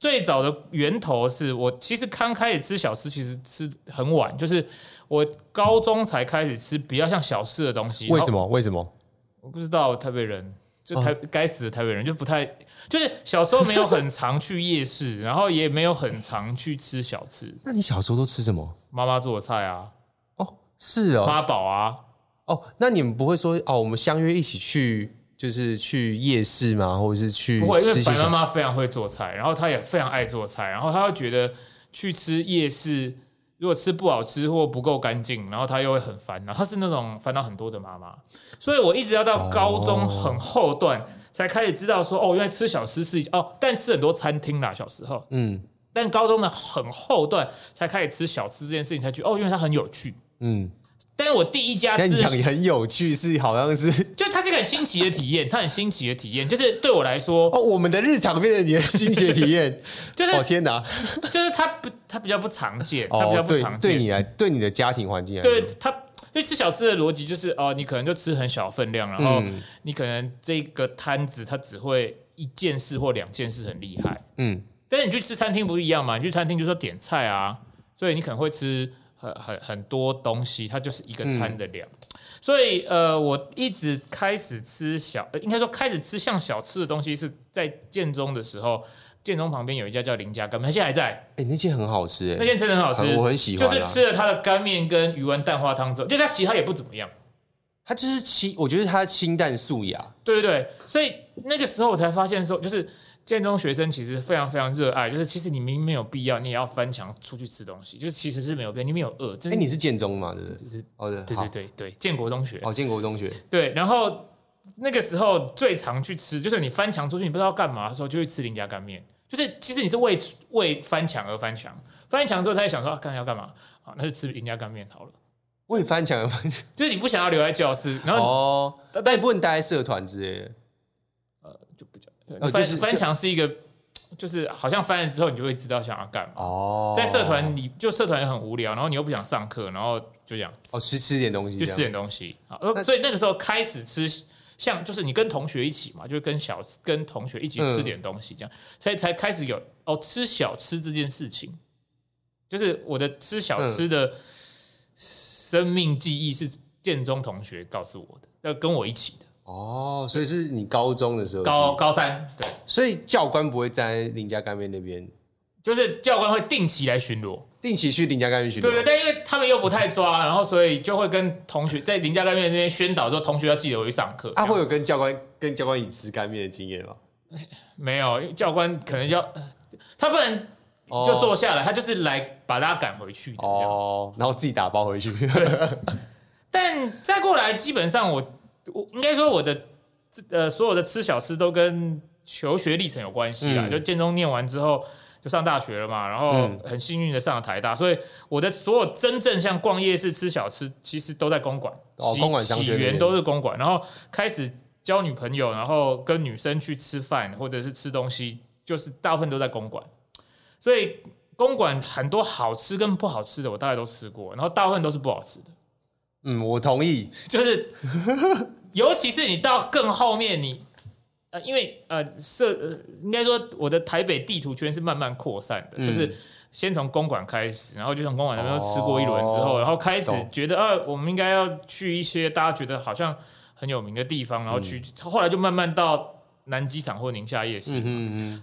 A: 最早的源头是我其实刚开始吃小吃，其实吃很晚，就是我高中才开始吃比较像小吃的东西。
B: 为什
A: 么
B: 么？哦为什么？
A: 我不知道台北人，就台该、死的台北人就不太， [LAUGHS] 就是小时候没有很常去夜市，然后也没有很常去吃小吃，
B: 那你小时候都吃什么？
A: 妈妈做的菜啊，
B: 哦，是哦，
A: 妈宝啊，
B: 哦，那你们不会说哦，我们相约一起去，就是去夜市吗？或者是去
A: 不会，因
B: 嗯吃
A: 为
B: 一些
A: 白妈
B: 什么？
A: 妈非常会做菜，然后她也非常爱做菜，然后她会觉得去吃夜市，如果吃不好吃或不够干净，然后她又会很烦恼。她是那种烦恼很多的妈妈，所以我一直要到高中
B: 哦
A: 很后段、才开始知道说，哦，原来吃小吃是一哦，但吃很多餐厅啦，小时候，
B: 嗯
A: 但高中的很后段才开始吃小吃这件事情，才觉得哦，因为它很有趣。
B: 嗯，
A: 但是我第一家
B: 但
A: 吃
B: 你，讲也很有趣，是好像是 [LAUGHS]
A: 就它是一个很新奇的体验，它很新奇的体验，就是对我来说，
B: 哦，我们的日常变成你的新奇的体验。
A: [LAUGHS] 就是
B: 哦天哪，
A: 就是它不，它比较不常见，它比较
B: 哦，
A: 不
B: 对
A: 常，
B: 对
A: 见。
B: 你来，对你的家庭环境来说，
A: 对它，因为吃小吃的逻辑就是哦，你可能就吃很小分量，然后
B: 嗯
A: 你可能这个摊子它只会一件事或两件事很厉害，
B: 嗯，
A: 但是你去吃餐厅不一样嘛，你去餐厅就说点菜啊，所以你可能会吃很很很多东西，它就是一个餐的量。
B: 嗯
A: 所以呃，我一直开始吃小，呃应该说开始吃像小吃的东西是在建中的时候。建中旁边有一家叫林家干面，它现在还在，
B: 哎，那件很好吃
A: 那
B: 哎，
A: 间真的很好吃，
B: 很我很喜欢啊
A: 就是吃了它的干面跟鱼丸蛋花汤之后，就它其他也不怎么样。
B: 它就是清，我觉得它清淡素雅，
A: 对对对，所以那个时候我才发现说，就是建中学生其实非常非常热爱，就是其实你明明没有必要，你也要翻墙出去吃东西，就是其实是没有必要，你没有饿。就
B: 哎，
A: 是
B: 你是建中嘛，对不哦对？
A: 是
B: 好的，
A: 嗯对对
B: 好
A: 对对，建国中学
B: 哦，建国中学，
A: 对，然后那个时候最常去吃，就是你翻墙出去，你不知道干嘛的时候，就去吃林家干面。就是其实你是为为翻墙而翻墙，翻墙之后才想说啊，干要干嘛？啊，那就吃林家干面好了。
B: 我也翻墙了，翻墙
A: 就是你不想要留在教室，然后
B: 哦，但但也不能待在社团之类的。哦
A: 翻、
B: 就是
A: 翻呃墙是一个，就是好像翻了之后你就会知道想要干嘛。
B: 哦，
A: 在社团里，就社团也很无聊，然后你又不想上课，然后就这样
B: 哦，吃吃点东西
A: 就
B: 这样，
A: 吃点东西啊。呃所以那个时候开始吃，像就是你跟同学一起嘛，就跟小跟同学一起
B: 嗯
A: 吃点东西，这样、才才开始有哦吃小吃这件事情。就是我的吃小
B: 嗯
A: 吃的生命记忆是建中同学告诉我的，要跟我一起的。
B: 哦，所以是你高中的时候
A: 高，高三对，
B: 所以教官不会在林家干面那边
A: 就是教官会定期来巡逻。
B: 定期去林家干面巡
A: 对对，
B: 逻。
A: 但因为他们又不太抓，然后所以就会跟同学在林家干面那边宣导说，同学要记得回去上课。
B: 啊，
A: 这
B: 会
A: 样
B: 有跟教官跟教官一起吃干面的经验吗？
A: 没有？因为教官可能要呃他不能就坐下来，他就是来把大家赶回去的这样。
B: 哦，然后自己打包回去。
A: 但再过来，基本上我我应该说我的呃所有的吃小吃都跟求学历程有关系啦。
B: 嗯
A: 就建中念完之后就上大学了嘛，然后
B: 嗯
A: 很幸运的上了台大，所以我的所有真正像逛夜市吃小吃，其实都在公馆，
B: 哦
A: 起
B: 公馆商圈
A: 起
B: 那
A: 源
B: 边
A: 都是公馆，然后开始交女朋友，然后跟女生去吃饭或者是吃东西，就是大部分都在公馆，所以。公馆很多好吃跟不好吃的，我大概都吃过，然后大部分都是不好吃的。
B: [LAUGHS] 嗯，我同意。
A: 就是，尤其是你到更后面你，呃，因为呃社呃，应该说我的台北地图圈是慢慢扩散的，
B: 嗯
A: 就是先从公馆开始，然后就从公馆那边吃过一轮之后，
B: 哦
A: 然后开始
B: 懂
A: 觉得呃，我们应该要去一些大家觉得好像很有名的地方，然后去，后来就慢慢到南机场或宁夏夜市。
B: 嗯嗯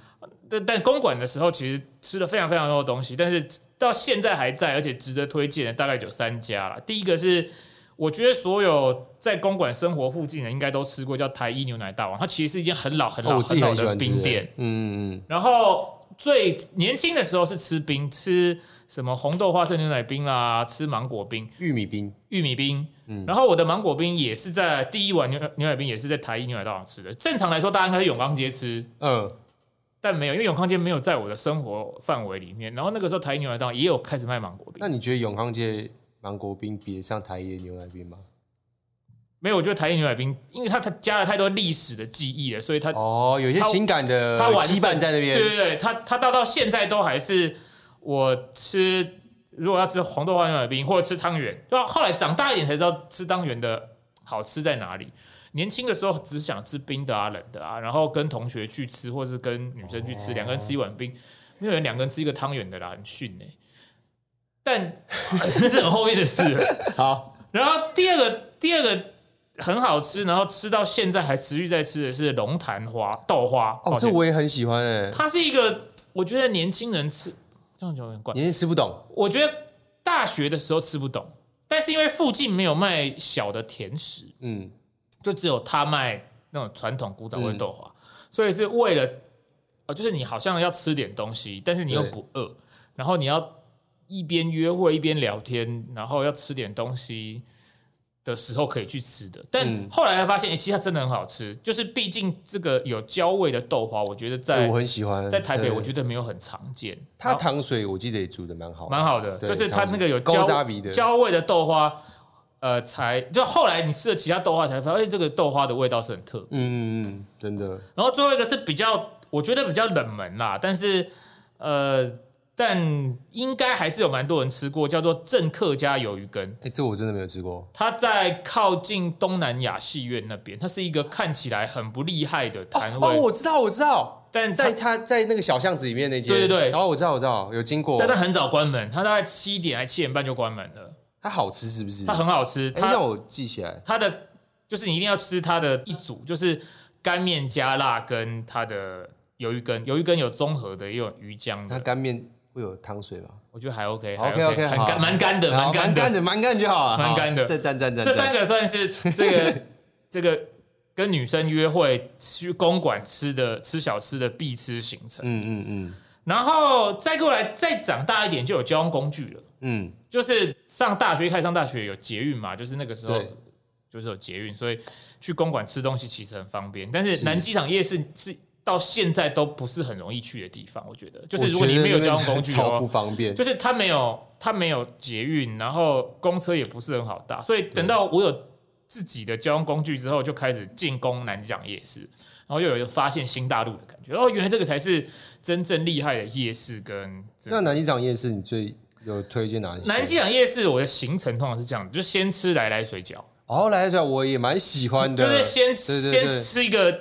A: 但但公馆的时候，其实吃了非常非常多的东西，但是到现在还在，而且值得推荐的大概有三家啦。第一个是我觉得所有在公馆生活附近的人应该都吃过，叫台一牛奶大王，它其实是一间很老很
B: 嗯，哦
A: 老、
B: 我自己
A: 老
B: 很喜
A: 的
B: 欢吃
A: 冰店。。
B: 嗯嗯
A: 然后最年轻的时候是吃冰，吃什么红豆花生牛奶冰啦，吃芒果冰
B: 嗯，、玉米冰。
A: 玉米冰。
B: 嗯
A: 然后我的芒果冰也是在第一碗牛牛奶冰也是在台一牛奶大王吃的。正常来说，大家应该是永康街吃，
B: 嗯，
A: 但没有，因为永康街没有在我的生活范围里面。然后那个时候台一牛奶档也有开始卖芒果
B: 那
A: 冰，
B: 你觉得永康街芒果冰比得上台一的牛奶冰吗？
A: 没有，我觉得台一牛奶冰，因为它它加了太多历史的记忆了，所以它、
B: 哦，有一些
A: 它
B: 情感的
A: 它完
B: 羁
A: 善
B: 绊在那边。
A: 对对对，它它到到现在都还是我吃，如果要吃红豆花牛奶冰或者吃汤圆，对吧？后来长大一点才知道吃汤圆的好吃在哪里。年轻的时候只想吃冰的啊、冷的啊，然后跟同学去吃，或是跟女生去
B: 哦
A: 吃，两个人吃一碗冰，没有人两个人吃一个汤圆的啦，很逊呢、但 [LAUGHS] 这是很后面的事 [LAUGHS] 了。
B: 好，
A: 然后第二个第二个很好吃，然后吃到现在还持续在吃的是龙潭花豆花。
B: 哦，
A: 抱
B: 这
A: 歉
B: 我也很喜欢哎，
A: 它是一个我觉得年轻人吃这样讲有点怪，
B: 年轻吃不懂。
A: 我觉得大学的时候吃不懂，但是因为附近没有卖小的甜食，
B: 嗯，
A: 就只有他卖那种传统古早味豆花，
B: 嗯
A: 所以是为了呃，就是你好像要吃点东西，但是你又不饿，然后你要一边约会一边聊天，然后要吃点东西的时候可以去吃的。但
B: 嗯
A: 后来才发现，诶其实它真的很好吃，就是毕竟这个有焦味的豆花，我觉得在
B: 对我很喜欢。
A: 在台北，我觉
B: 得
A: 得没有很常见。
B: 它
A: 然后
B: 糖水我记得也煮的蛮好的，
A: 蛮好的，
B: 对
A: 就是它那个有
B: 高
A: 焦
B: 扎鼻的
A: 焦味的豆花，呃，才就后来你吃了其他豆花，才发现哎这个豆花的味道是很特别。
B: 嗯嗯嗯，真的，
A: 然后最后一个是比较，我觉得比较冷门啦，但是呃，但应该还是有蛮多人吃过，叫做正客家鱿鱼羹。
B: 哎、这我真的没有吃过。
A: 它在靠近东南亚戏院那边，它是一个看起来很不厉害的摊位，
B: 哦，我知道，我知道，
A: 但
B: 在
A: 在
B: 他在那个小巷子里面那间，
A: 对对对
B: 然后我知道，我知道，有经过
A: 但，它很早关门，它大概七点还七点半就关门了。
B: 它好吃是不是？
A: 它很好吃，
B: 哎、那
A: 它
B: 我记起来，
A: 它的就是你一定要吃它的一组，就是干面加辣跟它的鱿鱼羹，鱿鱼羹有综合的，也有鱼浆
B: 它
A: 的，
B: 干面会有汤水吧？
A: 我觉得还 OK，
B: 好
A: 还
B: OK，OK，
A: 很
B: 好
A: 干蛮干的，蛮
B: 好
A: 干的。
B: 蛮干就好了，啊
A: 蛮干的
B: 好这赞赞赞，
A: 这三
B: 个
A: 个算是这 [LAUGHS] 个这个跟女生约会去公馆吃的吃小吃的必吃行程。
B: 嗯嗯嗯
A: 然后再过来再长大一点就有交通工具了，
B: 嗯，
A: 就是上大学一开始上大学有捷运嘛，就是那个时候
B: 对
A: 就是有捷运，所以去公馆吃东西其实很方便。但
B: 是
A: 是南机场夜市是到现在都不是很容易去的地方，我觉得，就
B: 就是
A: 如果你没有交通工具的
B: 超
A: 话
B: 不，方便，
A: 就是它没有它没有捷运，然后公车也不是很好搭，所以等到我有自己的交通工具之后，就开始进攻南机场夜市，然后又有发现新大陆的感觉。哦，原来这个才是真正厉害的夜市跟这
B: 那
A: 个。
B: 南机场夜市，你最有推荐哪一些？
A: 南机场夜市，我的行程通常是这样，就先吃来来水饺，
B: 哦，来来来，我也蛮喜欢的，
A: 就是先
B: 对对
A: 先吃一个，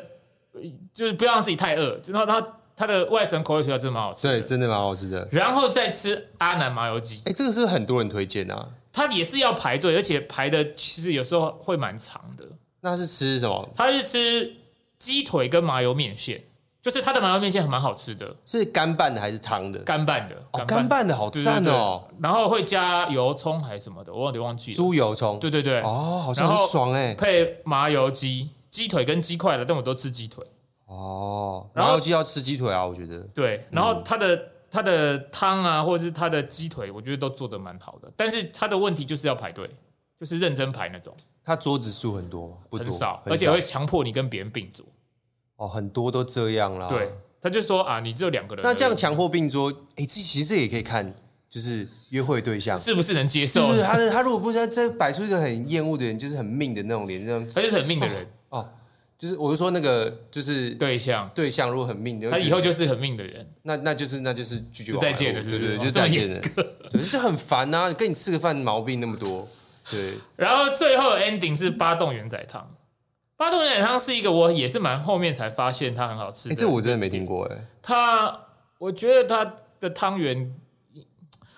A: 就是不要让自己太饿。然后它它的外省口味水饺真的蛮好吃的，
B: 对，真的蛮好吃的。
A: 然后再吃阿南麻油鸡，
B: 哎，这个是不是很多人推荐啊。
A: 它也是要排队，而且排的其实有时候会蛮长的。
B: 那是吃什么？
A: 它是吃鸡腿跟麻油面线，就是它的麻油面线还蛮好吃的，
B: 是干拌的还是汤的？
A: 干拌的，
B: 哦，干拌的好
A: 对
B: 赞哦，
A: 对对然后会加油葱还是什么的，我有点忘记了。
B: 猪油葱，
A: 对对对，
B: 哦，好像
A: 然
B: 很
A: 后
B: 爽哎，
A: 配麻油鸡、鸡腿跟鸡块的，但我都吃鸡腿。
B: 哦，
A: 然后
B: 麻油鸡要吃鸡腿啊，我觉得
A: 对，然
B: 嗯
A: 后它的、它的汤啊，或者是它的鸡腿，我觉得都做的蛮好的，但是它的问题就是要排队，就是认真排那种，
B: 它桌子数很多吗？不多，
A: 很少，而且会强迫你跟别人并桌。
B: 哦，很多都这样啦。
A: 对，，他就说啊，你只有两个人而已，
B: 哦那这样强迫并桌，哎、这其实这也可以看，就是约会对象。
A: 是不是能接
B: 是
A: 受？
B: 不是啊他的他如果不是这摆出一个很厌恶的人，就是很命的那种脸，这样
A: 他就是很命的人
B: 哦，就是我是说那个就是
A: 对象，
B: 对象如果很命，你就
A: 他
B: 觉
A: 以
B: 得
A: 后就是很命的人，
B: 那那就是那就是拒绝
A: 就
B: 往来
A: 再见了
B: 路
A: 是不是
B: 对对，
A: 哦
B: 就
A: 这么
B: 再见了， [LAUGHS] 对，就很烦呐、跟你吃个饭毛病那么
A: [LAUGHS]
B: 多，对，
A: 然后最后的 ending 是八洞圆仔汤。八洞圆仔汤是一个我也是蛮后面才发现它很好吃
B: 哎、
A: 的。
B: 这我真的没听过哎、
A: 它，我觉得它的汤圆，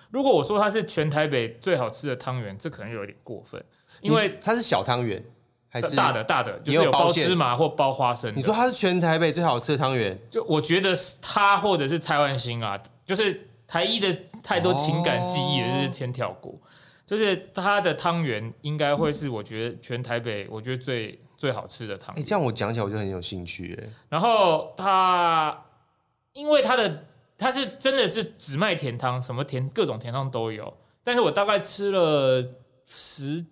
A: 如果我说它是全台北最好吃的汤圆，这可能有点过分，因
B: 你
A: 为
B: 它是小汤圆还是
A: 大？的大的就
B: 也有
A: 是有
B: 包
A: 包
B: 馅
A: 芝麻或包花生的。
B: 你说它是全台北最好吃的汤圆，
A: 就我觉得是他或者是蔡万兴啊，就是台一的太多情感记忆了，
B: 哦
A: 这是先跳过。就是他的汤圆应该会是我觉得全台北我觉得最最好吃的汤
B: 哎、
A: 圆。
B: 这样我讲起来我就很有兴趣哎、
A: 然后他因为他的他是真的是只卖甜汤，什么甜各种甜汤都有，但是我大概吃了十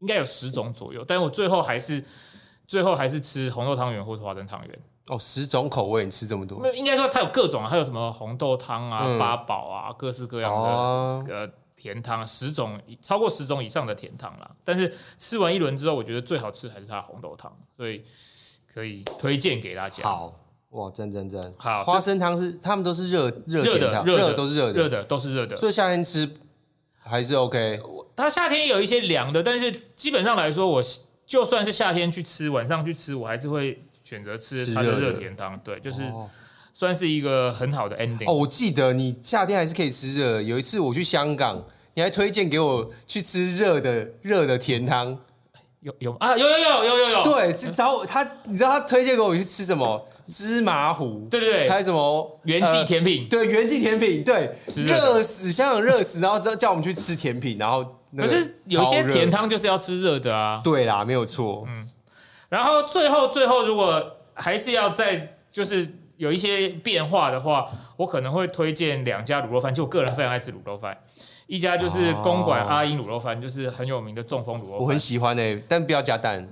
A: 应该有十种左右，但是我最后还是最后还是吃红豆汤圆或是花生汤圆。
B: 哦，十种口味，你吃这么多
A: 没有，应该说它有各种、啊，它有什么红豆汤啊、
B: 嗯
A: 八宝啊，各式各样的、
B: 哦，
A: 呃甜汤，十种以超过十种以上的甜汤啦。但是吃完一轮之后，我觉得最好吃还是它的红豆汤，所以可以推荐给大家。，
B: 好哇，赞赞赞！
A: 好
B: 花生汤是他们都是热热
A: 热
B: 甜
A: 的
B: 汤，
A: 热的
B: 都是热
A: 热
B: 的，
A: 的都是热的。
B: 所以夏天吃还是 OK。
A: 它夏天有一些凉的，但是基本上来说，我就算是夏天去吃，晚上去吃，我还是会选择
B: 吃
A: 吃它
B: 热
A: 的
B: 的
A: 热甜汤。对，就是
B: 哦
A: 算是一个很好的 ending。
B: 哦，我记得你夏天还是可以吃热的。有一次我去香港，你还推荐给我去吃热的热的甜汤，
A: 有有啊，有有有有有有，
B: 对，是找我他，你知道他推荐给我去吃什么？芝麻糊，
A: 对对对，
B: 还有什么
A: 原
B: 呃
A: 季甜品。
B: 对，原季甜品，对，
A: 吃热的
B: 热死，香港热死，然后叫叫我们去吃甜品，然后那
A: 可
B: 个
A: 是有些
B: 超热
A: 甜，汤嗯就是要吃热的啊。
B: 对啦，没有错，
A: 然后最后最后，如果还是要再就是有一些变化的话，我可能会推荐两家卤肉饭，就我个人非常爱吃卤肉饭。一家就是公馆
B: 哦
A: 阿英卤肉饭，就是很有名的中风卤肉
B: 我很欸
A: 饭。
B: 喜欢诶、但不要加蛋。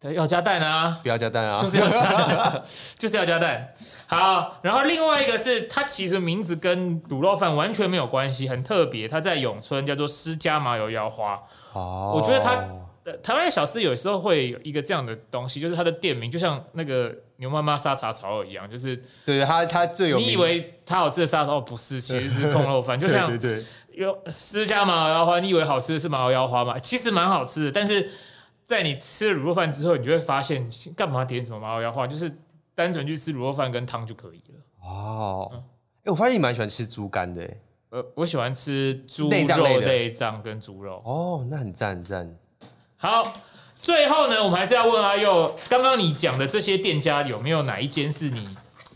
A: 对，要加蛋
B: [LAUGHS]
A: 啊，
B: 不要加蛋啊，
A: 就是要加蛋，就是要加蛋。好，然后另外一个是它其实名字跟卤肉饭完全没有关系，很特别。它在永春叫做施家麻油腰花。
B: 哦
A: [LAUGHS] 我觉得它呃台湾的小吃有时候会有一个这样的东西，就是它的店名就像那个牛妈妈沙茶炒饵一样，就是
B: 对对，它它最有名，
A: 你以为它好吃的沙茶，哦，不是，其实是控肉
B: [LAUGHS]
A: 饭，就像
B: 对对对，
A: 有私家麻油腰花，你以为好吃的是麻油腰花吗？其实蛮好吃的，但是在你吃了卤肉饭之后，你就会发现干嘛点什么麻油腰花，就是单纯去吃卤肉饭跟汤就可以了。
B: 哦，
A: 嗯
B: 哎、我发现你蛮喜欢吃猪肝的，哎
A: 呃，我喜欢吃猪
B: 内脏类
A: 肉
B: 的
A: 内脏跟猪肉。
B: 哦，那很赞很赞，
A: 好，最后呢，我们还是要问阿佑，刚刚你讲的这些店家有没有哪一间是你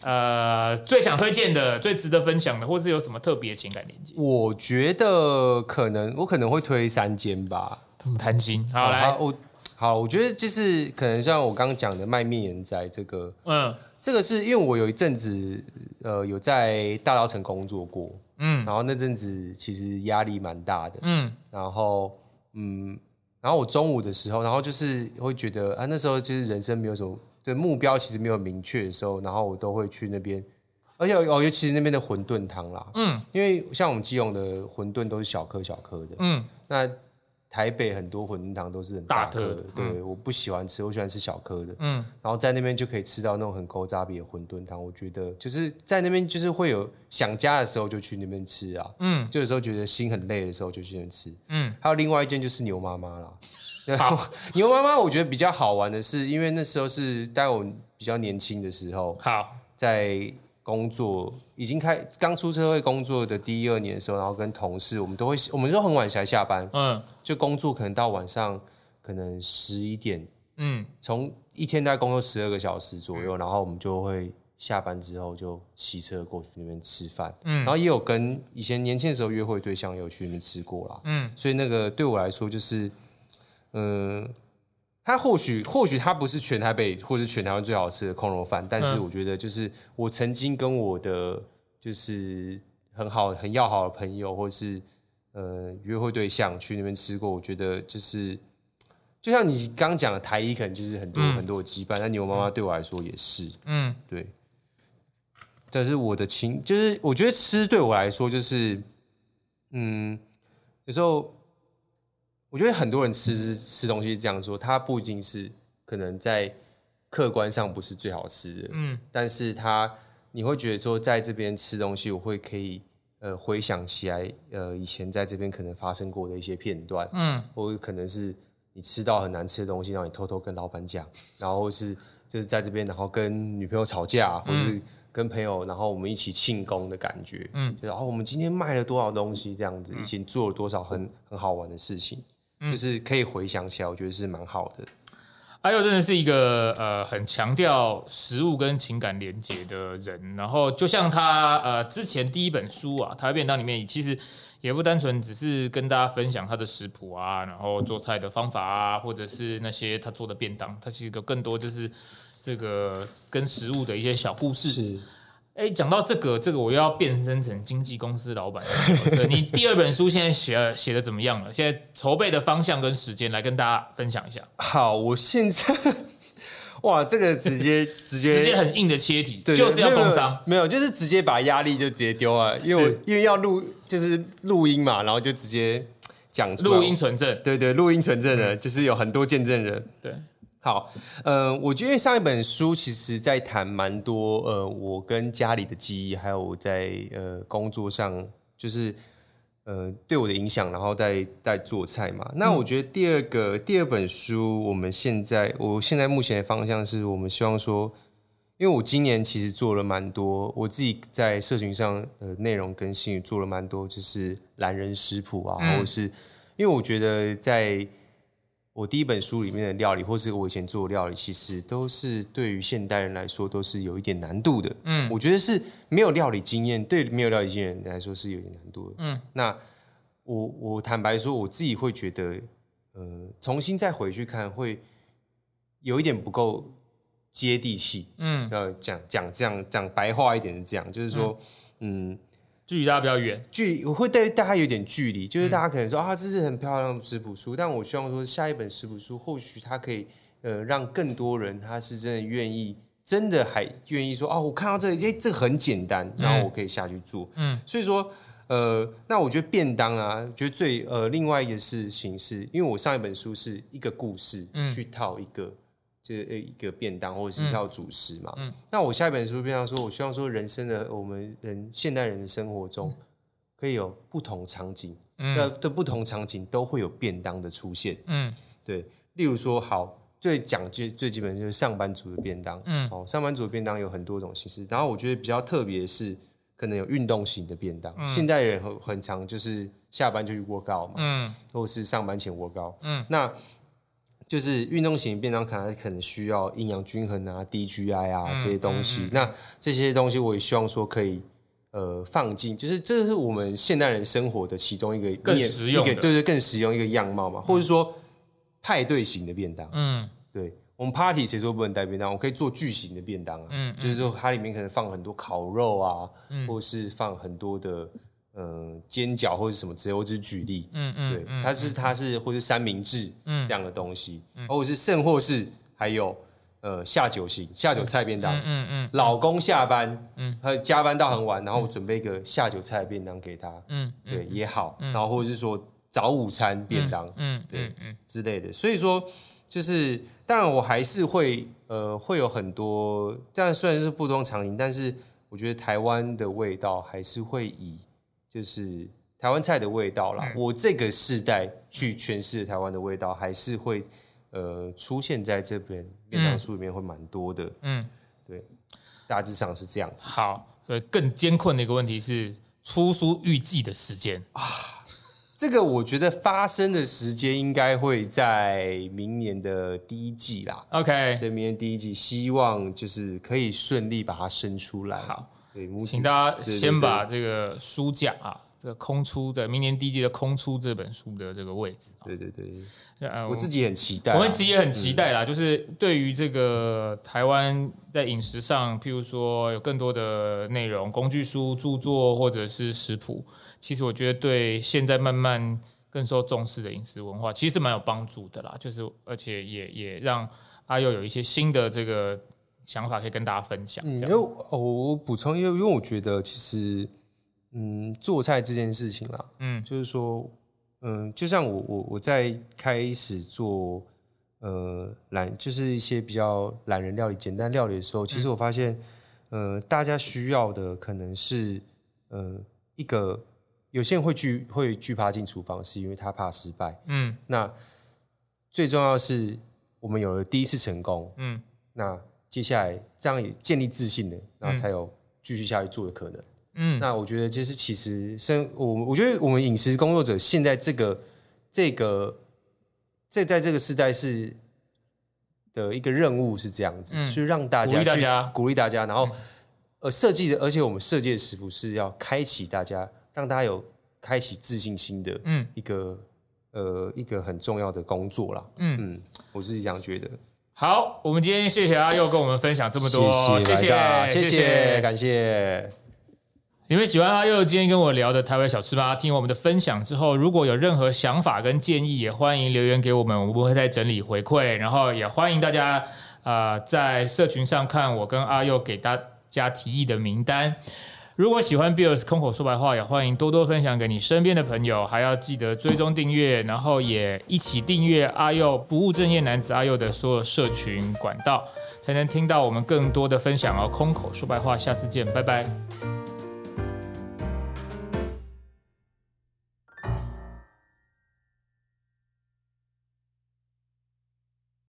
A: 呃最想推荐的、最值得分享的，或是有什么特别情感连接？
B: 我觉得可能我可能会推三间吧，
A: 这么贪心，好来，
B: 我好，我觉得就是可能像我刚刚讲的卖面人仔这个，
A: 嗯
B: 这个是因为我有一阵子呃有在大稻城工作过，
A: 嗯
B: 然后那阵子其实压力蛮大的，
A: 嗯
B: 然后嗯，然后我中午的时候，然后就是会觉得啊，那时候就是人生没有什么对目标，其实没有明确的时候，然后我都会去那边，而且哦，尤其是那边的馄饨汤啦，
A: 嗯
B: 因为像我们基隆的馄饨都是小颗小颗的，
A: 嗯，
B: 那台北很多馄饨汤都是很
A: 大
B: 大颗
A: 颗
B: 的
A: 的，
B: 对，我不喜欢吃，我喜欢吃小颗的，
A: 嗯，
B: 然后在那边就可以吃到那种很勾扎比的馄饨汤，我觉得就是在那边就是会有想家的时候就去那边吃啊，
A: 嗯
B: 就有时候觉得心很累的时候就去那边吃。
A: 嗯，
B: 还有另外一间就是牛妈妈啦。然后 [LAUGHS] 牛妈妈我觉得比较好玩的是，因为那时候是待我比较年轻的时候，
A: 好，
B: 在工作已经开刚出社会工作的第一二年的时候，然后跟同事我们都会我们都很晚才下班，
A: 嗯
B: 就工作可能到晚上可能十一点
A: 嗯
B: 从一天大概工作十二个小时左右，然后我们就会下班之后就骑车过去那边吃饭，
A: 嗯
B: 然后也有跟以前年轻的时候约会对象也有去那边吃过啦，
A: 嗯
B: 所以那个对我来说就是，嗯、它或许或许它不是全台北或者是全台湾最好吃的空肉饭，但是
A: 嗯
B: 我觉得就是我曾经跟我的就是很好很要好的朋友或是呃约会对象去那边吃过，我觉得就是就像你刚讲的台一，可能就是很多、
A: 嗯
B: 很多的羁绊，但牛妈妈对我来说也是
A: 嗯
B: 对。但是我的情就是，我觉得吃对我来说就是，嗯，有时候我觉得很多人吃吃东西是这样说，它不一定是可能在客观上不是最好吃的，
A: 嗯
B: 但是它你会觉得说，在这边吃东西，我会可以呃回想起来，呃以前在这边可能发生过的一些片段，
A: 嗯
B: 或者可能是你吃到很难吃的东西，然后你偷偷跟老板讲，然后是就是在这边，然后跟女朋友吵架，或是跟朋友，然后我们一起庆功的感觉，
A: 嗯
B: 嗯，就是哦我们今天卖了多少东西，这样子，一起做了多少很很好玩的事情，
A: 嗯
B: 就是可以回想起来，我觉得是蛮好的。
A: 阿佑真的是一个呃很强调食物跟情感连结的人，然后就像他呃之前第一本书啊《台湾便当》里面，其实也不单纯只是跟大家分享他的食谱啊，然后做菜的方法啊，或者是那些他做的便当，他其实有更多就是这个跟食物的一些小故事。
B: 是，
A: 哎，讲到这个，这个我又要变身成经纪公司老板 [LAUGHS] 的角色。你第二本书现在写了写的怎么样了？现在筹备的方向跟时间来跟大家分享一下，
B: 好，我现在 [LAUGHS] 哇，这个直接直接
A: 直接很硬的切题，
B: 对
A: 就是要工伤。
B: 没有，没有，就是直接把压力就直接丢啊，因为我
A: 是
B: 因为要录就是录音嘛，然后就直接讲出来
A: 录音，存证。
B: 对对，录音存证人、就是有很多见证人。
A: 对，
B: 好，嗯、我觉得上一本书其实在谈蛮多，呃，我跟家里的记忆，还有我在呃工作上，就是呃对我的影响，然后再再做菜嘛。那我觉得第二个、第二本书，我们现在我现在目前的方向是我们希望说，因为我今年其实做了蛮多，我自己在社群上呃内容更新做了蛮多，就是懒人食谱啊，或者是因为我觉得在。我第一本书里面的料理，或是我以前做的料理，其实都是对于现代人来说都是有一点难度的。嗯，我觉得是没有料理经验，对没有料理经验的人来说是有点难度的。嗯，那我我坦白说，我自己会觉得，呃，重新再回去看，会有一点不够接地气。
A: 嗯，
B: 呃，讲讲这样讲白话一点的这样，就是说，嗯
A: 距离大家比较远。
B: 距我会对大家有点距离，就是大家可能说、啊，这是很漂亮的食谱书，但我希望说下一本食谱书或许它可以呃，让更多人他是真的愿意，真的还愿意说哦，我看到这个，哎，这个很简单，然后我可以下去做。嗯，所以说，呃，那我觉得便当啊，觉得最呃另外一个事情是，因为我上一本书是一个故事、去套一个。就是呃一个便当或者是一套主食嘛，那我下一本书便当说，我希望说人生的我们人现代人的生活中，可以有不同场景，那、的不同场景都会有便当的出现。
A: 嗯
B: 对，例如说，好，最讲最最基本就是上班族的便当，
A: 嗯
B: 嗯，哦，上班族的便当有很多种形式，然后我觉得比较特别的是，可能有运动型的便当，现代人很很常就是下班就去 work out 嘛，
A: 嗯
B: 或者是上班前 work out，
A: 嗯
B: 嗯，那就是运动型便当，可能可能需要营养均衡啊、DGI 啊
A: 嗯
B: 这些东西，那这些东西我也希望说可以。呃，放进就是这是我们现代人生活的其中一个
A: 更
B: 一个
A: 实用的
B: 一个对对，更实用一个样貌嘛，或者说派对型的便当，
A: 嗯
B: 对我们 party 谁说不能带便当？我可以做巨型的便当啊，
A: 嗯嗯
B: 就是说它里面可能放很多烤肉啊，或是放很多的呃煎饺或者什么之类，我只是举例，
A: 嗯
B: 对，
A: 嗯
B: 它是它是或是三明治
A: 嗯
B: 这样的东西，或者是甚或是还有呃下酒型下酒菜便当。
A: 嗯嗯嗯
B: 老公下班，
A: 嗯
B: 嗯，他加班到很晚，然后我准备一个下酒菜的便当给他，
A: 嗯
B: 对，也好，然后或者是说早午餐便当，
A: 嗯
B: 对
A: 嗯嗯
B: 之类的。所以说，就是当然我还是会呃会有很多，但虽然是不同场景，但是我觉得台湾的味道还是会以就是台湾菜的味道
A: 嗯
B: 啦，我这个世代去诠释台湾的味道，还是会呃出现在这边便当书里面会蛮多的，
A: 嗯，
B: 对，大致上是这样子。
A: 好，所以更艰困的一个问题是出书预计的时间，
B: 这个我觉得发生的时间应该会在明年的第一季啦，
A: OK，
B: 对，明年第一季，希望就是可以顺利把它生出来。
A: 好，
B: 对，母
A: 请
B: 子
A: 大家
B: 对对
A: 先
B: 对
A: 把这个书架啊，这个空出的明年第一季的空出这本书的这个位置。啊
B: 对对对，
A: 呃，
B: 我自己很期待啊。嗯
A: 我们其实也很期待啦，就是对于这个台湾在饮食上，譬如说有更多的内容，工具书、著作或者是食谱，其实我觉得对现在慢慢更受重视的饮食文化，其实是蛮有帮助的啦。就是而且也也让阿佑有一些新的这个想法可以跟大家分享。
B: 嗯，
A: 这样
B: 因为我哦我补充，因为因为我觉得其实，嗯，做菜这件事情啦，
A: 嗯
B: 就是说，嗯，就像我我我在开始做呃懒，就是一些比较懒人料理、简单料理的时候，其
A: 嗯
B: 实我发现，呃，大家需要的可能是，呃，一个有些人会惧会惧怕进厨房，是因为他怕失败。
A: 嗯
B: 那最重要的是，我们有了第一次成功，
A: 嗯
B: 那接下来这样也建立自信了，然后才有继续下去做的可能。
A: 嗯
B: 那我觉得就是其实生我我觉得我们饮食工作者现在这个这个这在这个时代是的一个任务是这样子，
A: 嗯
B: 去让大家
A: 鼓励大
B: 去
A: 家嗯
B: 鼓励大家，然后、呃设计的，而且我们设计的食谱是要开启大家，让大家有开启自信心的
A: 嗯
B: 一个、呃一个很重要的工作啦。
A: 嗯
B: 嗯，我自己这样觉得。
A: 好，我们今天谢谢阿佑跟我们分享这么多，
B: 谢
A: 谢
B: 大家
A: 谢
B: 谢谢，感谢。
A: 你们喜欢阿佑今天跟我聊的台湾小吃吗？听我们的分享之后，如果有任何想法跟建议，也欢迎留言给我们，我们会再整理回馈。然后也欢迎大家呃在社群上看我跟阿佑给大家提议的名单。如果喜欢 Bills 空口说白话，也欢迎多多分享给你身边的朋友，还要记得追踪订阅，然后也一起订阅阿佑不务正业男子阿佑的所有社群管道，才能听到我们更多的分享哦。空口说白话，下次见，拜拜。